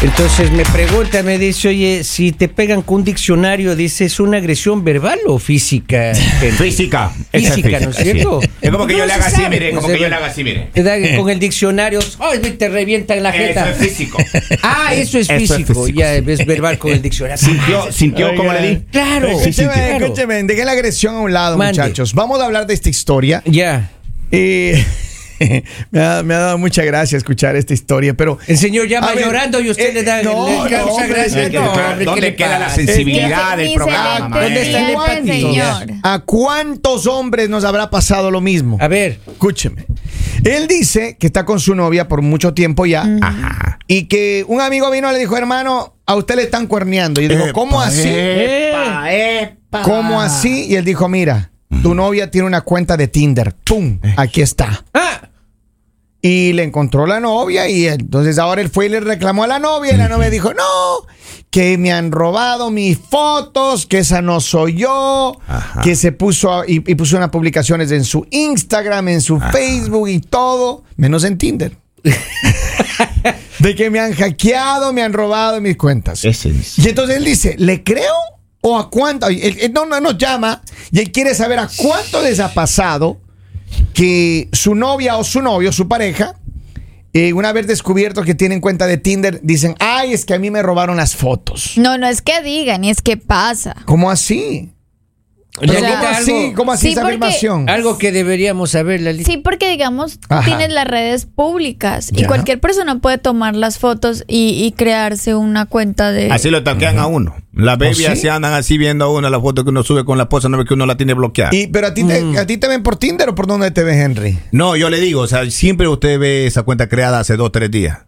Entonces me pregunta, me dice, oye, si te pegan con un diccionario, dice, ¿es una agresión verbal o física? gente?" Física. Esa Física, ¿no es así cierto? Es como que No yo le se haga así, sabe, mire, como pues, que yo eh, le haga así, mire. Te dan con el diccionario, ¡ay, me te revientan la Eso jeta! es físico. Ah, eso es Eso es físico, físico, ya sí. es verbal con el diccionario. Ah, Sintió, sintió como le di. Claro. Sí, sí, Escúcheme, sí. escúcheme, dejen la agresión a un lado, Mande. muchachos. Vamos a hablar de esta historia. Ya. Y me, ha, me ha dado mucha gracia escuchar esta historia, pero El señor llama A ver, llorando y usted eh, le da no, le causa no, hombre, gracia. es que- No, hombre, ¿qué le ¿Dónde queda la pasa? sensibilidad Ni del se le programa, entendía ¿Dónde está el al hepatito? señor. ¿a cuántos hombres nos habrá pasado lo mismo? Ah. A ver, Escúcheme. Él dice que está con su novia por mucho tiempo ya. Mm. Ajá. Y que un amigo vino y le dijo, hermano, a usted le están cuerneando. Y yo digo, ¿cómo así? Epa, epa. ¿Cómo así? Y él dijo, mira, Mm. tu novia tiene una cuenta de Tinder. ¡Pum! Eh. Aquí está. ah, Y le encontró la novia y entonces ahora él fue y le reclamó a la novia y la novia dijo, no, que me han robado mis fotos, que esa no soy yo, Ajá. que se puso a- y, y puso unas publicaciones en su Instagram, en su Facebook y todo, menos en Tinder. De que me han hackeado, me han robado mis cuentas. Es en serio. Y entonces él dice, ¿le creo o a cuánto? Y Él, él no, no nos llama y él quiere saber a cuánto les ha pasado que su novia o su novio, su pareja, eh, una vez descubierto que tienen cuenta de Tinder, dicen, ay, es que a mí me robaron las fotos. No, no es que digan, es que pasa. ¿Cómo así? Lalita, Pero ¿Cómo algo- así? ¿Cómo así Sí, esa porque- afirmación? algo que deberíamos saber, Lalita. Sí, porque digamos, tú Ajá. tienes las redes públicas y Ya. cualquier persona puede tomar las fotos y, y crearse una cuenta de... Así lo tanquean a uno. ¿Ah, Las baby ¿sí? así andan así viendo a uno la foto que uno sube con la esposa, no ve que uno la tiene bloqueada. Y, pero a ti, te, a ti te ven por Tinder o por dónde te ves, Henry? No, yo le digo, o sea, siempre usted ve esa cuenta creada hace dos, tres días.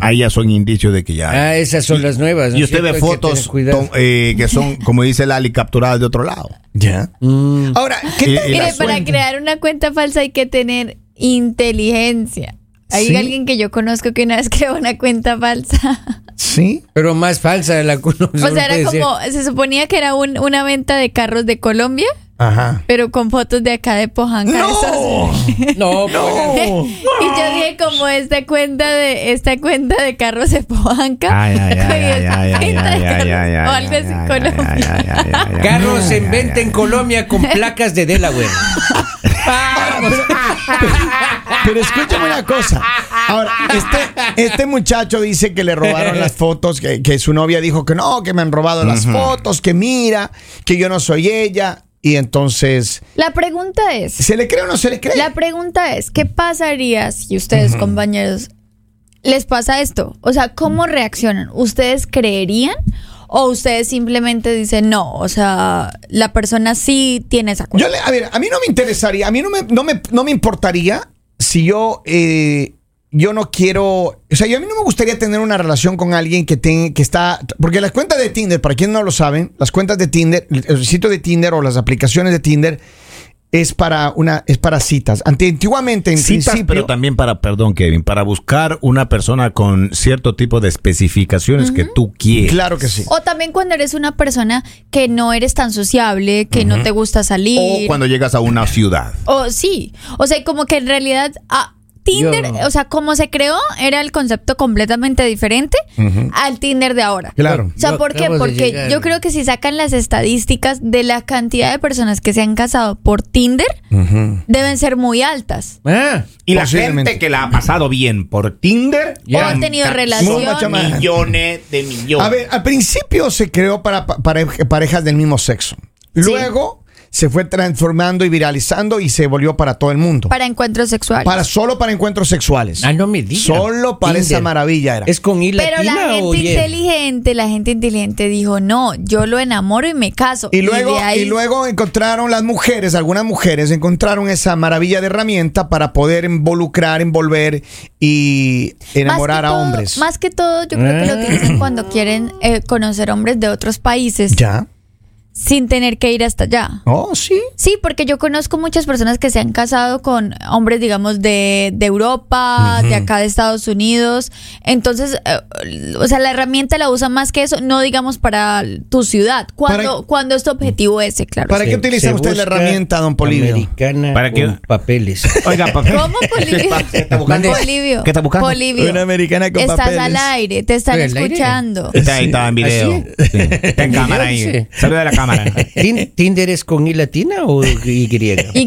Ahí ya son indicios de que ya. Ah, esas son las nuevas. ¿no y es usted ve cierto? Hay que fotos tener cuidado. tom- eh, que son, como dice Lali, capturadas de otro lado. Ya. Mm. Ahora, ¿qué Y- tal- y Mire, las para cuentas. crear una cuenta falsa hay que tener inteligencia. Hay Sí. alguien que yo conozco que una vez creó una cuenta falsa. ¿Sí? Pero más falsa de la que uno- o uno sea, puede era ser. como, se suponía que era un- una venta de carros de Colombia, Ajá. pero con fotos de acá de Pojanca. ¡No! No, pues, y yo dije como esta cuenta de esta cuenta de carros de Pojanca. Ay, ay, ay, ay, ay, ay, Cuenta de ay, ay, carros, ay, o ay, algo así, ay, Colombia. ay, ay, ay, ay, ay. Carros en venta en Colombia con placas de Ah, Delaware. Vamos. Pero escúchame una cosa. Ahora, este, este muchacho dice que le robaron las fotos, que, que su novia dijo que no, que me han robado las fotos, que mira, que yo no soy ella. Y entonces, La pregunta es, ¿se le cree o no se le cree? La pregunta es, ¿qué pasaría si ustedes, compañeros, les pasa esto? O sea, ¿cómo reaccionan? ¿Ustedes creerían o ustedes simplemente dicen, no, o sea, la persona sí tiene esa Yo cuenta? le- a ver, a mí no me interesaría, a mí no me, no me, no me importaría si yo, eh, yo no quiero, o sea, yo a mí no me gustaría tener una relación con alguien que, te- que está, porque las cuentas de Tinder, para quienes no lo saben, las cuentas de Tinder, el el sitio de Tinder o las aplicaciones de Tinder es para una, es para citas. Ante- Antiguamente, en Citas, principio, pero también para, perdón, Kevin, para buscar una persona con cierto tipo de especificaciones que tú quieres. claro que sí. O también cuando eres una persona que no eres tan sociable, que no te gusta O salir. cuando llegas a una ciudad. O sí, o sea, como que en realidad ah, Tinder, Yo- o sea, como se creó, era el concepto completamente diferente al Tinder de ahora. Claro. O sea, Yo ¿por qué? acabo de Porque llegar. yo creo que si sacan las estadísticas de la cantidad de personas que se han casado por Tinder, deben ser muy altas. Ah, Y la Posiblemente. gente que la ha pasado bien por Tinder Ya. O han tenido Mucha relaciones. chama- millones de millones. A ver, al principio se creó para, pa- para parejas del mismo sexo. Luego se fue transformando y viralizando y se volvió para todo el mundo. para encuentros sexuales. Para solo para encuentros sexuales. ah, no me digas. Solo para Tinder. esa maravilla era. ¿Es con I Pero la latina gente o Y? inteligente, la gente inteligente dijo, no, yo lo enamoro y me caso. y luego, de ahí- y luego encontraron las mujeres, algunas mujeres encontraron esa maravilla de herramienta para poder involucrar, envolver y Más que enamorar a todo- hombres. Más eh, que todo, yo creo que lo utilizan cuando quieren eh, conocer hombres de otros países. ya. sin tener que ir hasta allá. Oh, sí. Sí, porque yo conozco muchas personas que se han casado con hombres, digamos, de, de Europa, de acá de Estados Unidos. Entonces, eh, o sea, la herramienta la usan más que eso, no digamos para tu ciudad, cuando, Para- cuando es tu objetivo ese, claro. Para- ¿Para qué utiliza usted la busca herramienta, don Polibio? Americana ¿Para qué? con papeles. Oiga, papá. ¿Cómo Polivio? buscando? Polivio. ¿Qué está buscando? Polivio. Una americana con Estás papeles. al aire, te están Estoy al aire. escuchando. Está ahí, está en video. ¿Así? Sí. Está en cámara ahí. dice. Saluda a la cámara. Tin- ¿Tinder es con I latina o Y? Y.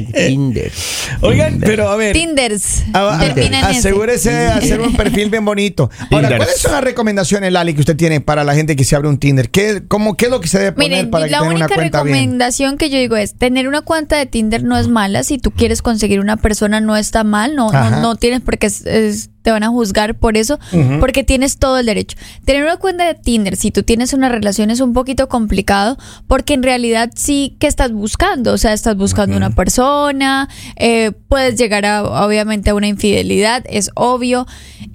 Tinder. Oigan, pero a ver. Tinders. a- a- Termina en ese. asegúrese de hacer un perfil bien bonito. Ahora, Tinder. ¿cuáles son las recomendaciones, Lali, que usted tiene para la gente que se abre un Tinder? ¿Qué, cómo, qué es lo que se debe poner Miren, para que la tenga única una cuenta bien? recomendación que yo digo es tener una cuenta de Tinder no es mala. Si tú quieres conseguir una persona no está mal, no no, Ajá. no tienes porque te van a juzgar por eso, porque tienes todo el derecho. Tener una cuenta de Tinder si tú tienes una relación es un poquito complicado porque en realidad sí que estás buscando, o sea, estás buscando una persona, eh, puedes llegar a obviamente a una infidelidad, es obvio.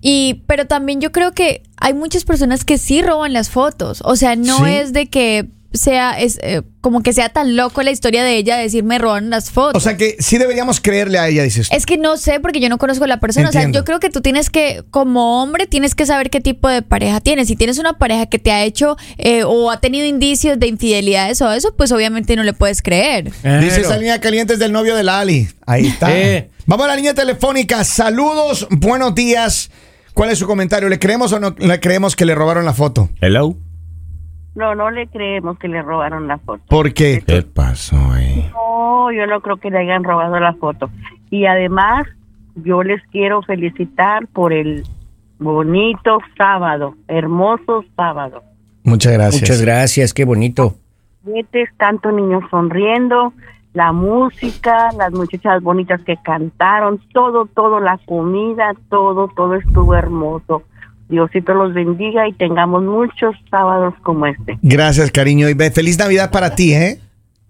Y pero también yo creo que hay muchas personas que sí roban las fotos, o sea, no Sí. es es de que sea es eh, como que sea tan loco la historia de ella de decir me robaron las O fotos. sea que sí deberíamos creerle a ella, dices. es que no sé porque yo no conozco a la persona. O sea, Entiendo. yo creo que tú tienes que, como hombre, tienes que saber qué tipo de pareja tienes. Si tienes una pareja que te ha hecho eh, o ha tenido indicios de infidelidades o eso, pues obviamente no le puedes creer. Dice esa línea caliente es del novio de Lali. Ahí está. Eh. Vamos a la línea telefónica. Saludos, buenos días. ¿Cuál es su comentario? ¿Le creemos o no le creemos que le robaron la foto? Hello. No, no le creemos que le robaron la foto. ¿Por qué? ¿Qué pasó ahí? No, yo no creo que le hayan robado la foto. Y además, yo les quiero felicitar por el bonito sábado, hermoso sábado. Muchas gracias. Muchas gracias, qué bonito. Juguetes, tanto niños sonriendo, la música, las muchachas bonitas que cantaron, todo, todo, la comida, todo, todo estuvo hermoso. Diosito los bendiga y tengamos muchos sábados como este. Gracias, cariño. Y ve, feliz Navidad para ti, ¿eh?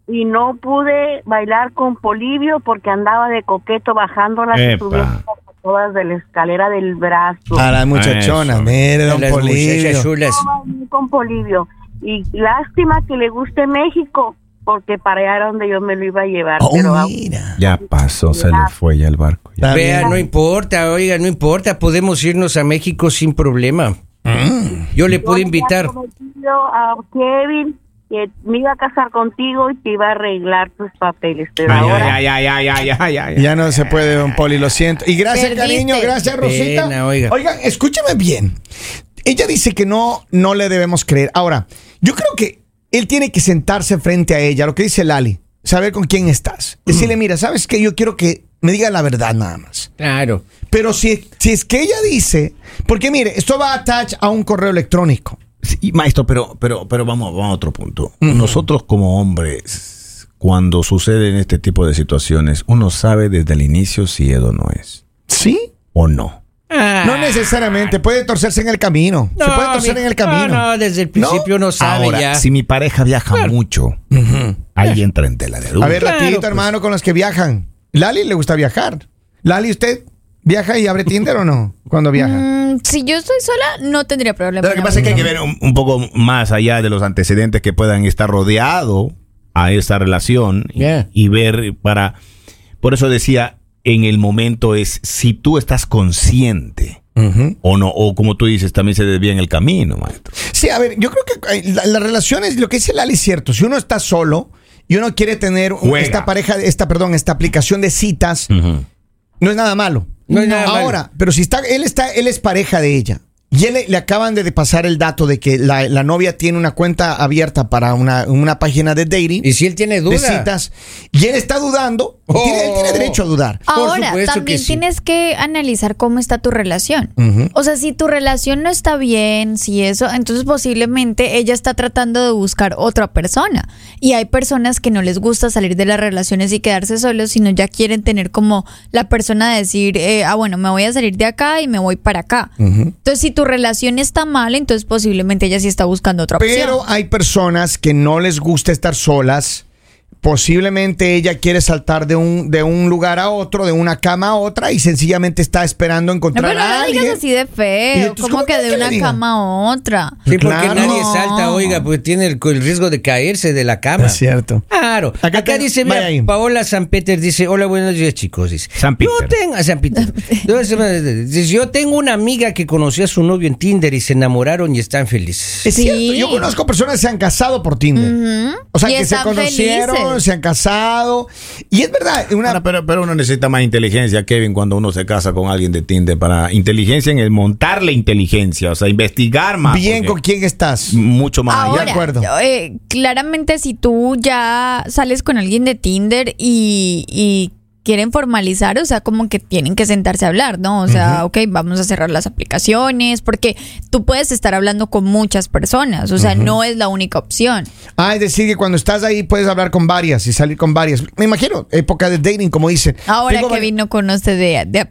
y no pude bailar con Polivio porque andaba de coqueto bajándolas Epa. y subiendo todas de la escalera del brazo. A las muchachonas. Eso. Mire, don Las muchachas Polibio. chulas. No bailé con Polivio y lástima que le guste México porque para allá era donde yo me lo iba a llevar. pero Oh, vamos. mira. Ya pasó, se le fue ya el barco. Ya. Está Vea, bien. no importa, oiga, no importa, podemos irnos a México sin problema. Mm. Yo le Yo puedo le había invitar. prometido a Kevin que me iba a casar contigo y te iba a arreglar tus papeles, pero Ay, ahora ay, ay, ay, ay, ay, ay, ay. Ya no se puede, don Poli, lo siento. Y gracias, Perdiste. cariño, gracias, Rosita. Pena, oiga. Oigan, escúchame bien. Ella dice que no, no le debemos creer. Ahora, yo creo que él tiene que sentarse frente a ella, lo que dice Lali, saber con quién estás. Decirle, Mm. mira, ¿sabes qué? Yo quiero que me diga la verdad nada más. Claro. Pero si, si es que ella dice, porque mire, esto va attach a un correo electrónico. Sí, maestro, pero, pero, pero vamos, vamos a otro punto. Nosotros como hombres, cuando suceden este tipo de situaciones, uno sabe desde el inicio si es o no es. ¿Sí? O no. Ah, No necesariamente, puede torcerse en el camino. se no, puede torcer mi- en el camino. No, no, desde el principio no, sabe Ahora, ya. si mi pareja viaja mucho, ahí entra en tela de duda. A ver, Claro, rapidito, pues. hermano, con los que viajan. Lali le gusta viajar. Lali, ¿usted viaja y abre Tinder o no? Cuando viaja. Mm, si yo estoy sola, no tendría problema. Lo que pasa es que hay que ver un, un poco más allá de los antecedentes que puedan estar rodeado a esta relación y- Yeah. y, ver para... Por eso decía, en el momento es si tú estás consciente Mm. o no, o como tú dices, también se desvía en el camino, maestro. Sí, a ver, yo creo que eh, la- las relaciones, lo que dice Lali es cierto. Si uno está solo y uno quiere tener un- Juega. esta pareja, esta, perdón, esta aplicación de citas, Mm. no es nada malo. No es nada malo. Ahora, pero si está, él está, él es pareja de ella. Y él, le- le acaban de pasar el dato de que la, la novia tiene una cuenta abierta para una, una página de dating. y si él tiene de dudas, citas y él está dudando, Oh. tiene- él tiene derecho a dudar. Por Ahora, supuesto que también sí. tienes que analizar cómo está tu relación. O sea, si tu relación no está bien, si eso, entonces posiblemente ella está tratando de buscar otra persona. Y hay personas que no les gusta salir de las relaciones y quedarse solos, sino ya quieren tener como la persona de decir, eh, ah, bueno, me voy a salir de acá y me voy para acá. Entonces, si tu relación está mal, entonces posiblemente ella sí está buscando otra opción. Pero hay personas que no les gusta estar solas posiblemente ella quiere saltar de un, de un lugar a otro, de una cama a otra y sencillamente está esperando No, encontrar pero no a lo alguien. digas así de ¿Y feo. entonces Como cómo que quieres de que le una diga? cama a otra. Sí, porque Claro. nadie salta, oiga, pues tiene el, el riesgo de caerse de la cama. Es cierto. Claro. Acá, Acá tengo- dice, mira, vaya ahí. Paola San Peter dice, hola, buenos días, chicos. Dice, San Peter. Yo tengo, a San Peter. Entonces, dice, yo tengo una amiga que conoció a su novio en Tinder y se enamoraron y están felices. Es Sí. cierto, yo conozco personas que se han casado por Tinder. Ujú. O sea, Y que se están conocieron, felices. se han casado. Y es verdad, una, Ahora, pero, pero uno necesita más inteligencia, Kevin, cuando uno se casa con alguien de Tinder. Para inteligencia en el montarle inteligencia, o sea, investigar más. bien con porque Mm. quién estás. Mucho más. allá. Ahora, de acuerdo. eh, claramente si tú ya sales con alguien de Tinder y, y quieren formalizar, o sea, como que tienen que sentarse a hablar, ¿no? O sea, ok, vamos a cerrar las aplicaciones, porque tú puedes estar hablando con muchas personas, o sea, no es la única opción. Ah, es decir, que cuando estás ahí puedes hablar con varias y salir con varias. Me imagino, época de dating, como dicen. Ahora Tengo que Kevin no conoce de, de Tengo,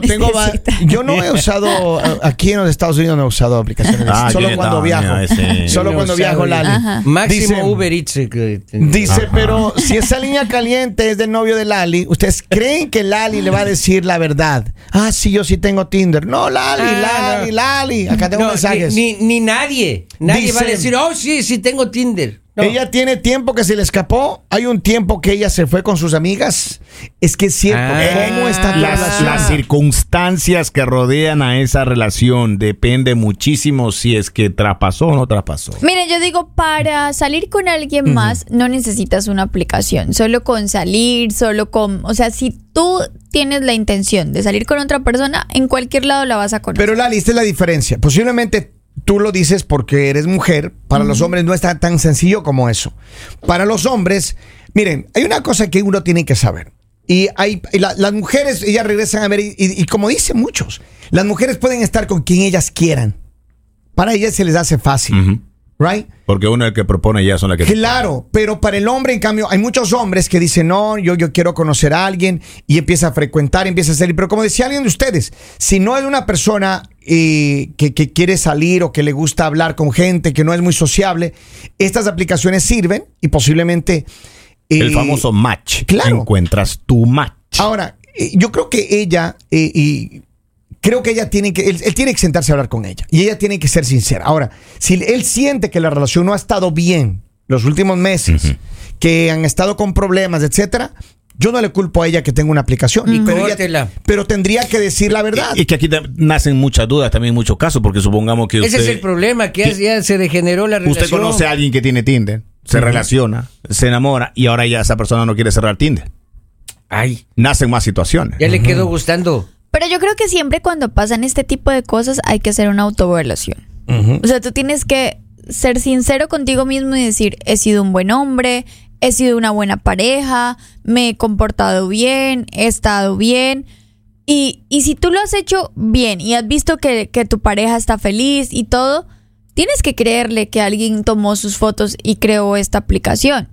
aplicaciones. tengo, de va- cita. yo no he usado, a- aquí en los Estados Unidos no he usado aplicaciones. Ah, solo yo cuando no, viajo. mira, ese- Solo No cuando sabe. viajo, Lali. Ajá. Máximo Dice- Uber Eats. eh, que- Dice, Ajá. pero si esa línea caliente es del novio de Lali, ¿ustedes creen que Lali le va a decir la verdad? Ah, sí, yo sí tengo Tinder. No, Lali, Ah, Lali, no. Lali. Acá tengo No, mensajes. Ni, ni nadie. Nadie va a Dice- decir, oh, sí, sí, tengo Tinder. No. Ella tiene tiempo que se le escapó. Hay un tiempo que ella se fue con sus amigas. Es que es cierto. Ah. ¿Cómo está la Las, relación? las circunstancias que rodean a esa relación depende muchísimo si es que traspasó o no traspasó. Mire, yo digo, para salir con alguien más no necesitas una aplicación, solo con salir, solo con, o sea, si tú tienes la intención de salir con otra persona, en cualquier lado la vas a conocer. Pero Lali, esta es la diferencia. Posiblemente tú lo dices porque eres mujer. Para los hombres no es tan, tan sencillo como eso. Para los hombres, miren, hay una cosa que uno tiene que saber. Y, hay, y la- las mujeres, ellas regresan a ver, y, y- y como dicen muchos, las mujeres pueden estar con quien ellas quieran. Para ellas se les hace fácil. Ujú. ¿Right? Porque uno es el que propone, ya son las que... Claro, pero para el hombre, en cambio, hay muchos hombres que dicen, no, yo, yo quiero conocer a alguien y empieza a frecuentar, empieza a salir. Pero como decía alguien de ustedes, si no es una persona eh, que, que quiere salir o que le gusta hablar con gente, que no es muy sociable, estas aplicaciones sirven y posiblemente... eh, El famoso match. claro. Encuentras tu match. Ah, Ahora, eh, yo creo que ella, eh, y creo que ella tiene que, él, él tiene que sentarse a hablar con ella y ella tiene que ser sincera. Ahora, si él siente que la relación no ha estado bien los últimos meses, que han estado con problemas, etcétera, yo no le culpo a ella que tenga una aplicación. pero, ella- Córtela. pero tendría que decir la verdad. Y, y que aquí te- nacen muchas dudas también, muchos casos, porque supongamos que usted... Ese es el problema, que ya, ya se degeneró la relación. Usted conoce a alguien que tiene Tinder, se relaciona, se enamora y ahora ya esa persona no quiere cerrar Tinder. Ay, Nacen más situaciones. ya le quedó gustando. Pero yo creo que siempre cuando pasan este tipo de cosas hay que hacer una autoevaluación. O sea, tú tienes que ser sincero contigo mismo y decir, he sido un buen hombre, he sido una buena pareja, me he comportado bien, he estado bien. Y, y si tú lo has hecho bien y has visto que, que tu pareja está feliz y todo, tienes que creerle que alguien tomó sus fotos y creó esta aplicación.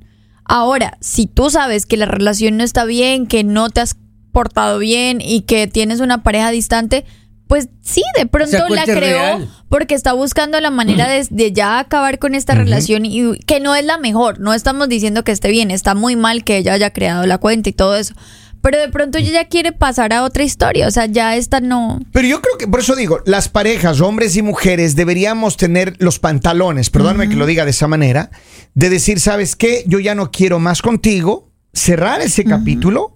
Ahora, si tú sabes que la relación no está bien, que no te has portado bien y que tienes una pareja distante, pues sí, de pronto la cuenta creó es real. porque está buscando la manera de, de ya acabar con esta relación y que no es la mejor. No estamos diciendo que esté bien, está muy mal que ella haya creado la cuenta y todo eso. Pero de pronto ella ya quiere pasar a otra historia, o sea, ya esta no. Pero yo creo que, por eso digo, las parejas, hombres y mujeres, deberíamos tener los pantalones, perdóname que lo diga de esa manera, de decir, ¿sabes qué? Yo ya no quiero más contigo, cerrar ese capítulo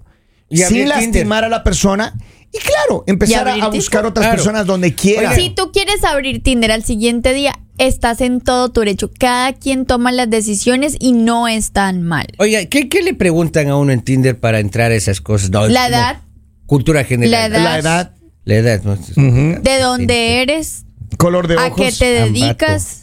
Y abrir sin lastimar a la persona y claro, empezar Y a, abrir a buscar Tinder. otras Claro. personas donde quiera. Si tú quieres abrir Tinder al siguiente día, estás en todo tu derecho. Cada quien toma las decisiones y no es tan mal. Oiga, ¿qué, qué le preguntan a uno en Tinder para entrar a esas cosas? No, es La como edad. Cultura general. La edad. la edad, La edad, ¿no? ujú, ¿De dónde eres? color de ojos. ¿A qué te ambato. dedicas?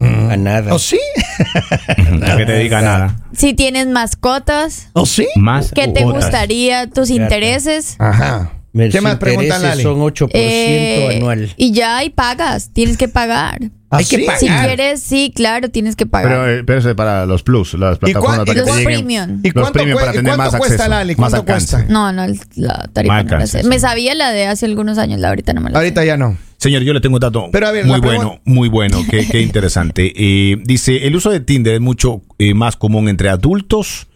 A nada. ¿O sí? No que te diga nada. Si tienes mascotas, ¿O sí? Más ¿qué te u otras. gustaría? ¿Tus Ya está. intereses? Ajá. Mis ¿Qué más intereses preguntan, Lali? Son 8% Eh, anual. Y ya, y pagas, tienes que pagar. ¿Ah, Hay que sí? pagar. Si quieres, sí, claro, tienes que Pero, pagar. eh, pero eso es para los plus, las Ah. ¿Y cuán- plataformas para y que te los lleguen. premium? ¿Y Los cuánto, premium cue- para y tener cuánto más cuesta, acceso, Lali? más ¿Cuánto alcance. cuesta? No, no, la tarifa Más no la sé. alcances, Me sí. sabía la de hace algunos años, la ahorita no me la sé. Ahorita ya no. Señor, yo le tengo un dato Pero a ver, muy la pregunta- bueno, muy bueno, qué, qué interesante. Eh, dice, el uso de Tinder es mucho eh, más común entre adultos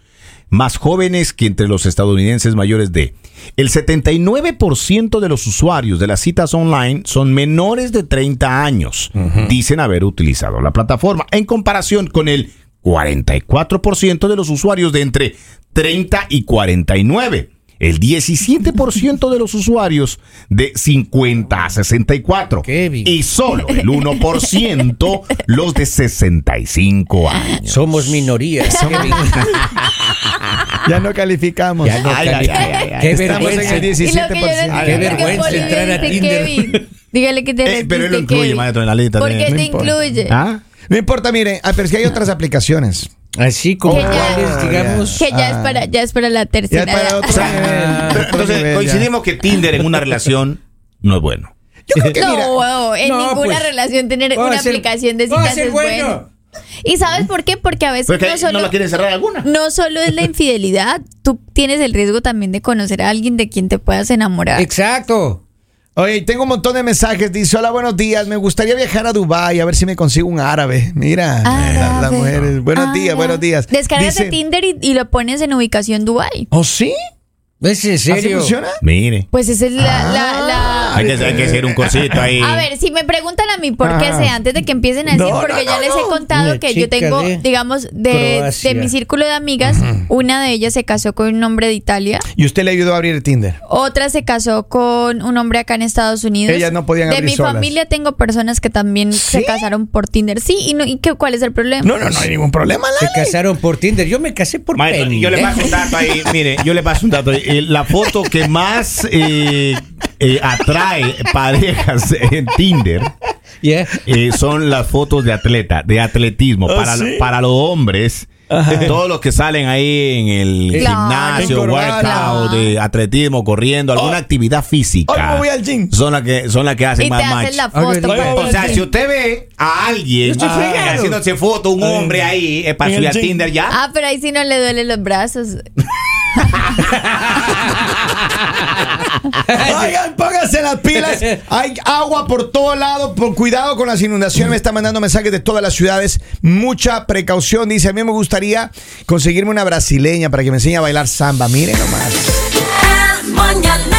más jóvenes que entre los estadounidenses mayores de. El 79% de los usuarios de las citas online son menores de 30 años, dicen haber utilizado la plataforma, en comparación con el 44% de los usuarios de entre 30 y 49. El 17% de los usuarios de 50 a 64. Qué bien. Y solo el 1% los de 65 años. Somos minorías. Kevin. Ya no calificamos. Ya no Ay, ay, ay, ay, ay. Qué Estamos vergüenza. en el Y lo que yo no 17%. Qué entiendo es que vergüenza Poli le entrar a dice, Tinder. Kevin, dígale que te Eh, pero él lo repite, incluye, Kevin. maestro, en la lista ¿Por también. qué No te importa. incluye? ¿Ah? No importa, miren, ah, pero es que hay otras aplicaciones. Así como Que ya- cuáles, digamos. Que Ah, ya es para, ya es para la Ah, Ya tercera es para edad. otro nivel, Pero, otro entonces, nivel, ya. coincidimos que Tinder en una relación no es bueno. Yo creo que, No, mira, huevo, en No, ninguna pues, relación tener va a una ser- aplicación de va a citas ser es bueno. bueno. ¿Y sabes por qué? Porque a veces Porque no no solo... la quieren cerrar alguna. no solo es la infidelidad, tú tienes el riesgo también de conocer a alguien de quien te puedas enamorar. Exacto. Oye, tengo un montón de mensajes. Dice, hola, buenos días. Me gustaría viajar a Dubai a ver si me consigo un árabe. Mira, las Árabe. mujeres. Buenos días, Árabe. buenos días. Ah, Descargas de Dice- Tinder y, y lo pones en ubicación Dubai. ¿Oh, sí? ¿Es Pues, en ¿Así serio? funciona? Mire, Pues esa es la... la- Ah. la- hay que, hay que hacer un cursito ahí. A ver, si me preguntan a mí por qué Ajá. sé, antes de que empiecen a decir, Ah. No, porque no, ya no, les no. he contado Una que yo chica tengo, de digamos, de, Croacia. de mi círculo de amigas, una de ellas se casó con un hombre de Italia. Y usted le ayudó a abrir Tinder. Otra se casó con un hombre acá en Estados Unidos. Ellas no podían De abrir mi solas. familia tengo personas que también se ¿Sí? casaron por Tinder. Sí, ¿y, no, y qué, cuál es el problema? No, no, no hay ningún problema, Se Lali. casaron por Tinder. Yo me casé por Maestro, Penny. yo le paso un dato ahí. Mire, yo le paso un dato. ahí. Eh, La foto que más eh, eh, atrae parejas en Tinder Yeah. eh, son las fotos de atleta, de atletismo. para, para los hombres, todos los que salen ahí en el Claro. gimnasio, Encorvado. workout, de atletismo, corriendo, alguna actividad Hoy física. me voy al gym. Son las que, son las que hacen y te más hacen match. la Ay, foto. ay, para ay, O ti. sea, si usted ve a alguien estoy ah, fregado. haciéndose foto, un hombre ahí, es para En subir a el gym. Tinder ya. Ah, pero ahí sí no le duelen los brazos. Oigan, pónganse las pilas. Hay agua por todo lado. Por cuidado con las inundaciones. Me están mandando mensajes de todas las ciudades. Mucha precaución. Dice, a mí me gustaría conseguirme una brasileña para que me enseñe a bailar samba. Miren nomás. El mañanero